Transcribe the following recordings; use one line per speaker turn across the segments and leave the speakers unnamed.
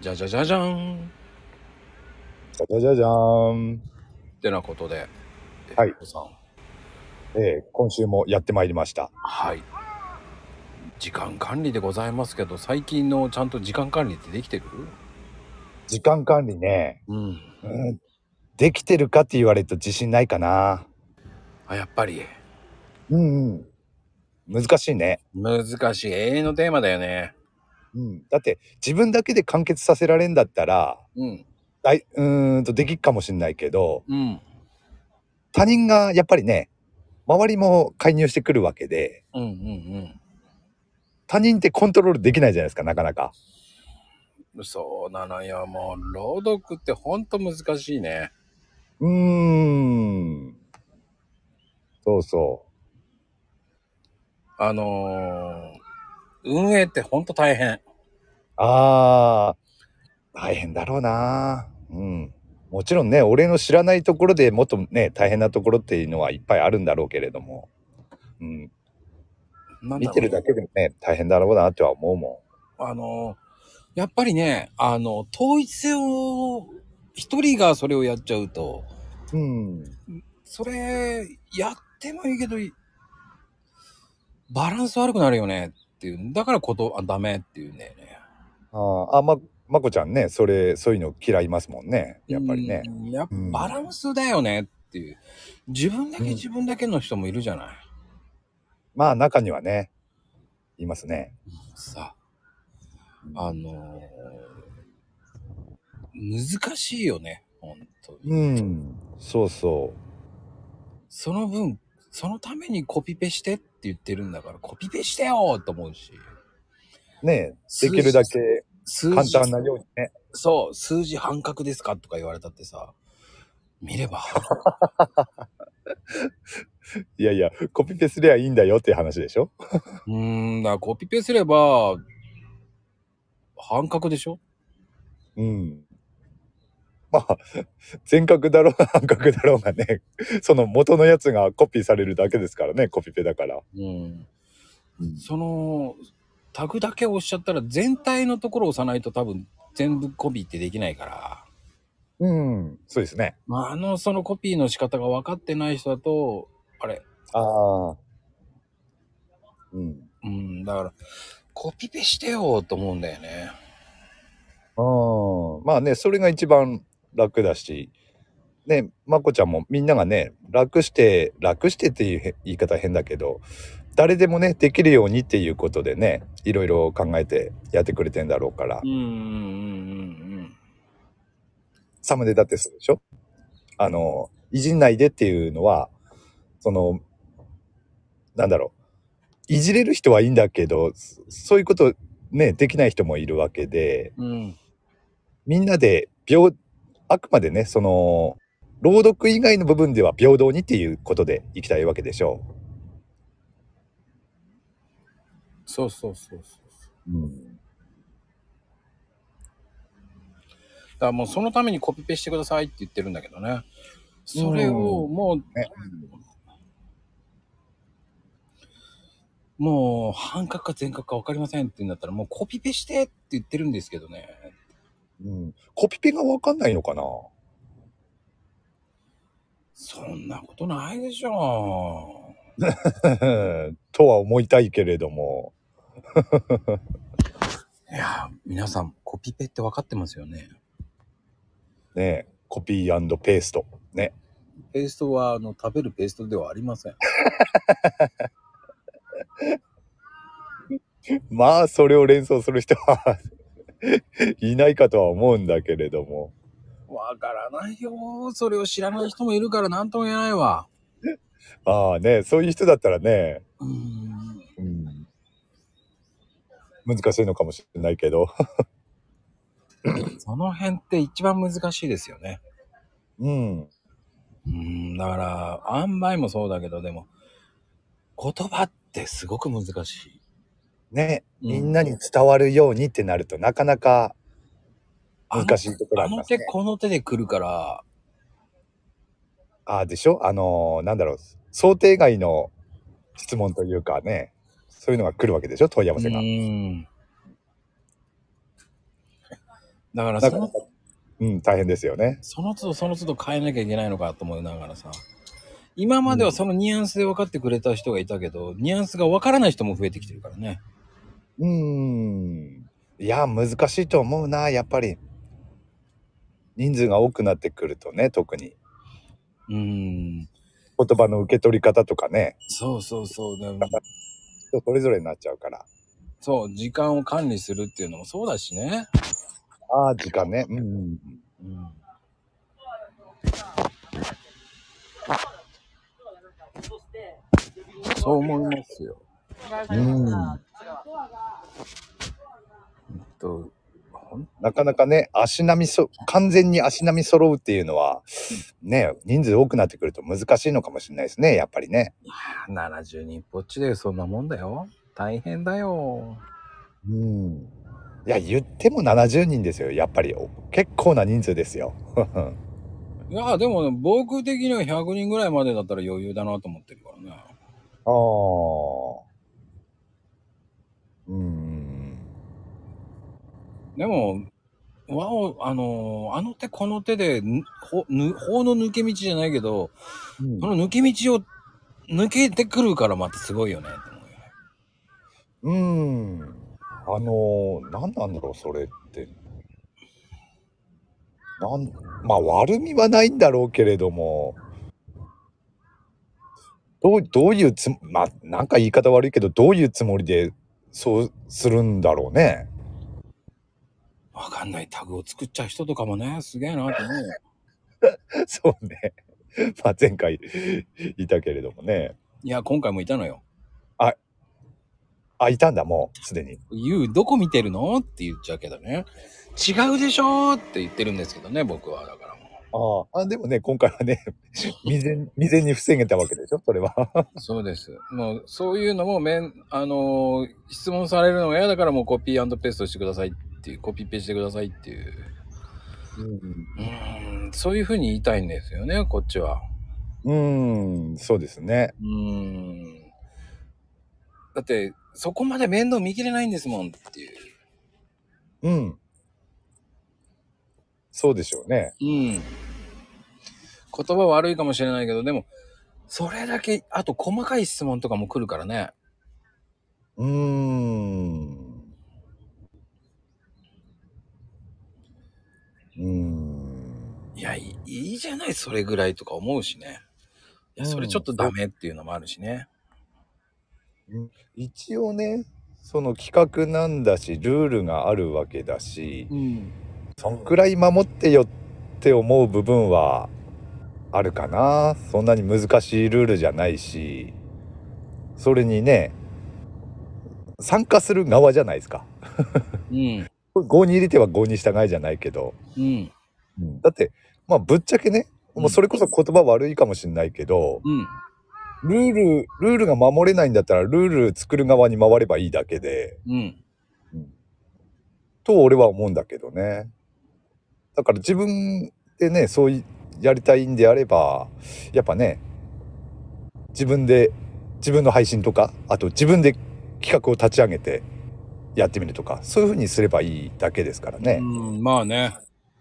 じゃじゃじゃじゃーん
じゃじゃじゃーん。
ってなことで、
はい
おさん
えー、今週もやってまいりました。
はい時間管理でございますけど最近のちゃんと時間管理ってできてる
時間管理ね、
うん
うん、できてるかって言われると自信ないかな。
あやっぱり
うんうん。難しいね。
難しい永遠のテーマだよね
うん。だって自分だけで完結させられんだったら、
うん
だいうーんとできっかもしんないけど、
うん
他人がやっぱりね、周りも介入してくるわけで、
うんうんうん
他人ってコントロールできないじゃないですか、なかなか。
そうなのよもう朗読ってほんと難しいね
うーん。そうそ
あのー、運営ってほんと大変
う。ああ、大変だろうな。うん。もちろんね、俺の知らないところでもっとね、大変なところっていうのはいっぱいあるんだろうけれども。うん。
なん
見
ろう
てるだけでもね、大変だろうなとは思うも
あの、やっぱりね、あの、統一性を、一人がそれをやっちゃうと、
ん。うん。
それ、やってもいいけど、バランス悪くなるよねっていう、だからこと、あ、ダメっていうんだよね。
あーあ、ま、まこちゃんね、それ、そういうの嫌いますもんね。やっぱりね。
うん。やっぱ
うん
バランスだよねっていう。自分だけ
うん
自分だけの人もいるじゃない。
まあ、中にはね、いますね。
さ、あの難しいよね、本当に。
うん。そうそう。
その分、そのためにコピペしてって言ってるんだから、コピペしてよと思うし。
ね
数
で
字
きるだけ
数
簡
字
単なようにね。
そう、数字半角ですかとか言われたってさ、見れ ば。
いやいや、コピペすりゃいいんだよっていう話でしょ
うーん、だからコピペすれば、半角でしょ
うん。まあ、全角だろうが半角だろうがね、 その元のやつがコピーされるだけですからね、コピペだから。
うん。その、タグだけ押しちゃったら全体のところを押さないと多分全部コピーってできないから。
うん、そうですね。
まあ、あの、そのコピーの仕方が分かってない人だと、あれ、
ああ。うん。
うん、だから、コピペしてよと思うんだよね。
ああ。まあね、それが一番楽だし、ね、まこちゃんもみんながね、楽して、楽してっていうへ言い方変だけど、誰でもね、できるようにっていうことでね、いろいろ考えてやってくれてんだろうから
うん、うん、うん、
サムネだってそうでしょあの、いじんないでっていうのは、その、なんだろう。いじれる人はいいんだけど、そそういうことね、できない人もいるわけで、
うん。うん。
みんなで平、あくまでね、その、朗読以外の部分では平等にっていうことでいきたいわけでしょ
そうそうそうそう。
う。うん。
だからもうそのためにコピペしてくださいって言ってるんだけどね。それを
う
もう、
ね
もう半角か全角か分かりませんって言うんだったらもうコピペしてって言ってるんですけどね。
うん。コピペがわかんないのかな
そんなことないでしょ。
とは思いたいけれども。
いや、皆さんコピペって分かってますよね。
ねコピーペースト。ね。
ペーストはあの食べるペーストではありません。
まあそれを連想する人は いないかとは思うんだけれども
分からないよ。それを知らない人もいるから何とも言えないわ。
まあねそういう人だったらね、
うーん。
うん、難しいのかもしれないけど
その辺って一番難しいですよね。
うん
うーん、だから、塩梅もそうだけど、でも、言葉ってすごく難し
ね
い。
みんなに伝わるようにってなるとなかなか難しいところあ
あ
り
の
ます
手
ね。
この手で来るから、
ああでしょあのーなんだろう想定外の質問というかねそういうのが来るわけでしょ問い合わせが。
ーん。だから
な
そ
かな
の
か、うん、大変ですよね。
その都度その都度変えなきゃいけないのかと思いながらさ今まではそのニュアンスで分かってくれた人がいたけど、ニュアンスが分からない人も増えてきてるからね
うーん。いや、難しいと思うな、やっぱり。人数が多くなってくるとね、特に。
うーん
言葉の受け取り方とかね、
そうそうそうでも
人それぞれになっちゃうから。
そう時間を管理するっていうのもそうだしね、
ああ、時間ね。うん、うん。
うん、そう思いますよ
うん
えっとほん
なかなかね、足並みそ、完全に足並み揃うっていうのは、ね、人数多くなってくると難しいのかもしれないですね、やっぱりね。
70人ぼっちでそんなもんだよ大変だよ
うん。いや、言っても70人ですよ、やっぱり。お結構な人数ですよ。
いやでもね僕的には100人ぐらいまでだったら余裕だなと思ってるからね
ああ。うん。
でも、和を、あのーあの手この手で、ぬほぬ法の抜け道じゃないけど、
うん
その抜け道を抜けてくるからまたすごいよね、と思うよね。
うーん。あのー、何なんだろう、それって。なん、まあ、悪みはないんだろうけれども、どう、どういうつ、まあ、なんか言い方悪いけど、どういうつもりで、そうするんだろうね。
わかんないタグを作っちゃう人とかもね、すげえなと思うよ。
そうね。まあ、前回いたけれどもね。
いや、今回もいたのよ。
あ、いたんだ、もう、すでに。
言う、どこ見てるのって言っちゃうけどね。違うでしょーって言ってるんですけどね、僕は。だからも
ああ。あ、でもね、今回は ね、未然、未然に防げたわけでしょ、それは。
う。そうです。もう、そういうのも、めん、あのー質問されるのが嫌だからもうコピーペーストしてくださいっていう、コピペしてくださいっていう。うーんそういうふうに言いたいんですよね、こっちは。
うん、うん、そうですね。
うーん。だって、そこまで面倒見きれないんですもんっていう。
うん。そうでしょうね。
うん。言葉悪いかもしれないけど、でも、それだけ、あと細かい質問とかも来るからね。
うーん。うーん。
いや、いいいいじゃない、それぐらいとか思うしね。いや、それちょっとダメっていうのもあるしね。
一応ね、その企画なんだし、ルールがあるわけだし、
うん。
そんくらい守ってよって思う部分はあるかな。そんなに難しいルールじゃないし、それにね、参加する側じゃないですか。
うん。
5に入れては5に従いじゃないけど、
うん。
だってまあぶっちゃけね
うん
もうそれこそ言葉悪いかもしれないけど、
うん。
ルールルールが守れないんだったらルール作る側に回ればいいだけで
うん。
と俺は思うんだけどねだから自分でねそういやりたいんであればやっぱね自分で自分の配信とかあと自分で企画を立ち上げてやってみるとかそういうふうにすればいいだけですから
う
ね。
ん。まあね。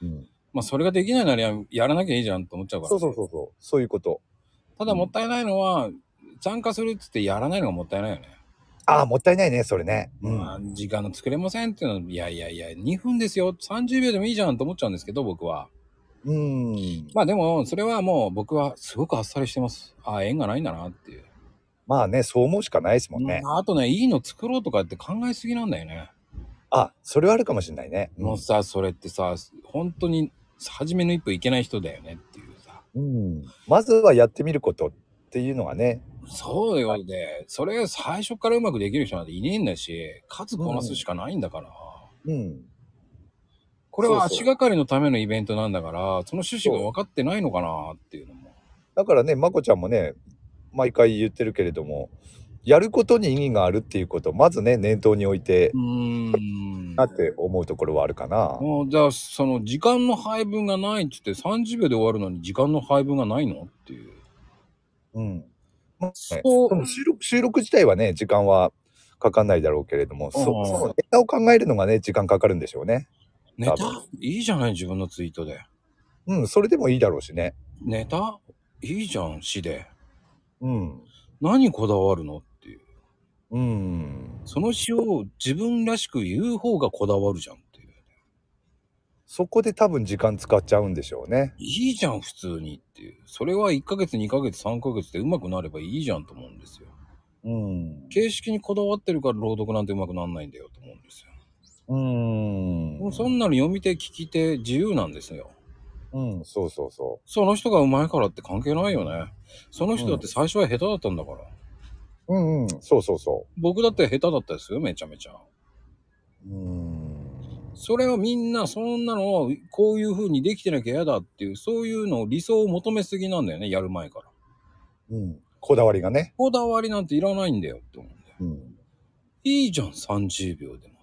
うん
まあ、それができないならややらなきゃいいじゃんと思っちゃうから。
そうそうそうそうそういうこと。
ただもったいないのは、参加するっつってやらないのがもったいないよね。
ああもったいないねそれね。うん
まあ、時間の作れませんっていうのは、いやいやいや、2分ですよ、30秒でもいいじゃんと思っちゃうんですけど、僕は。
うん。
まあでも、それはもう僕はすごくあっさりしてます。ああ、縁がないんだなっていう。
まあね、そう思うしかないですもんね。
あとね、いいの作ろうとかって考えすぎなんだよね。
あ、それはあるかもしれないね。
もうさ、それってさ、本当に初めの一歩いけない人だよねっていうさ。
うん。まずはやってみることっていうのがね。
そうよで、それ最初からうまくできる人なんていねえんだし、数こなすしかないんだから。
うん。
これは
そう
足
そう
がかりのためのイベントなんだから、その趣旨が分かってないのかなっていうのも。
だからね、まこちゃんもね、毎回言ってるけれども、やることに意義があるっていうこと、まずね、念頭に置いて
う、ーん。
なって思うところはあるかな。
もうじゃあ、その時間の配分がないって言って30秒で終わるのに時間の配分がないのっていう。
うん。まあね
そう
でも収録、収録自体はね、時間はかかんないだろうけれども、そ
うん
そのネタを考えるのがね、時間かかるんでしょうね。
ネタいいじゃない自分のツイートで。
うん、それでもいいだろうしね。
ネタいいじゃん、詩で。
うん。
何こだわるのっていう。
うん。
その詩を自分らしく言う方がこだわるじゃんっていう。
そこで多分時間使っちゃうんでしょうね。
いいじゃん、普通にっていう。それは1ヶ月、2ヶ月、3ヶ月で上手くなればいいじゃんと思うんですよ。
うん。
形式にこだわってるから朗読なんて上手くなんないんだよと思うんですよ。
うん。
もうそんなの読み手、聞き手、自由なんですよ。
うん、そうそうそ
その人が上手いからって関係ないよね。その人だって最初は下手だったんだから。
う。うんうん、そうそうそ
僕だって下手だったですよ、めちゃめちゃ。
う。うん。
それはみんな、そんなのをこういう風にできてなきゃ嫌だっていう、そういうのを理想を求めすぎなんだよね、やる前から。
うん。こだわりがね。
こだわりなんていらないんだよって思うんだよ。
うん。
いいじゃん、30秒でも。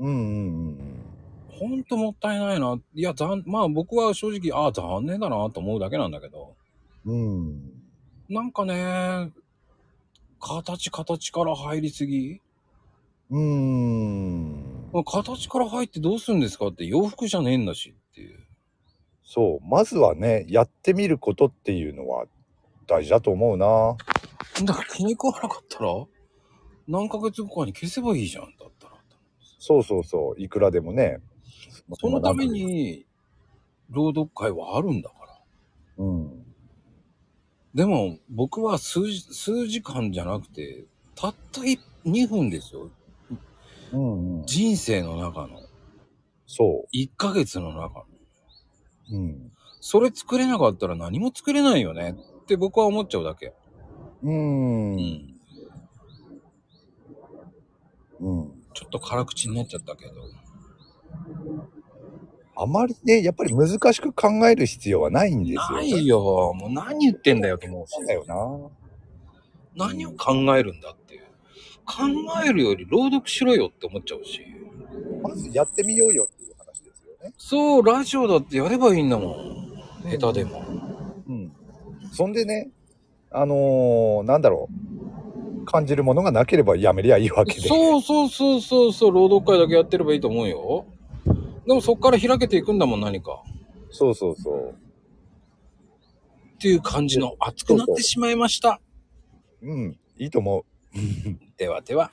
うんうんうん
ほんともったいないな。いや、残、まあ僕は正直、ああ、残念だなと思うだけなんだけど、
うん。うん。
なんかね、形形から入りすぎ
うーん。
形から入ってどうするんですかって洋服じゃねえんだしっていう。
そう。まずはね、やってみることっていうのは大事だと思うな。
だから気に食わなかったら、何ヶ月後かに消せばいいじゃん、だったら。
そうそうそう。いくらでもね。
そのため。に、朗読会はあるんだから。
うん。
でも、僕は数時数時間じゃなくて、たったい2分ですよ。
うん、うん。
人生の中の、
そ
1ヶ月の中の。
う。うん。
それ作れなかったら何も作れないよねって僕は思っちゃうだけ。う
うーん。
ん。
うん。
ちょっと辛口になっちゃったけど。
あまりね、やっぱり難しく考える必要はないんですよ。
ないよ。もう何言ってんだよと思うし
そ。うだよな。
何を考えるんだっていう。考えるより朗読しろよって思っちゃうし。
まずやってみようよっていう話ですよね。
そう、ラジオだってやればいいんだもん。下手でも。
うん。そんでね、あのー、なんだろう。感じるものがなければやめりゃいいわけで。
そうそうそうそうそう、朗読会だけやってればいいと思うよ。でもそっから開けていくんだもん、何か。
そうそうそう。
っていう感じの熱くなってしまいました。
うん。いいと思う。
ではでは。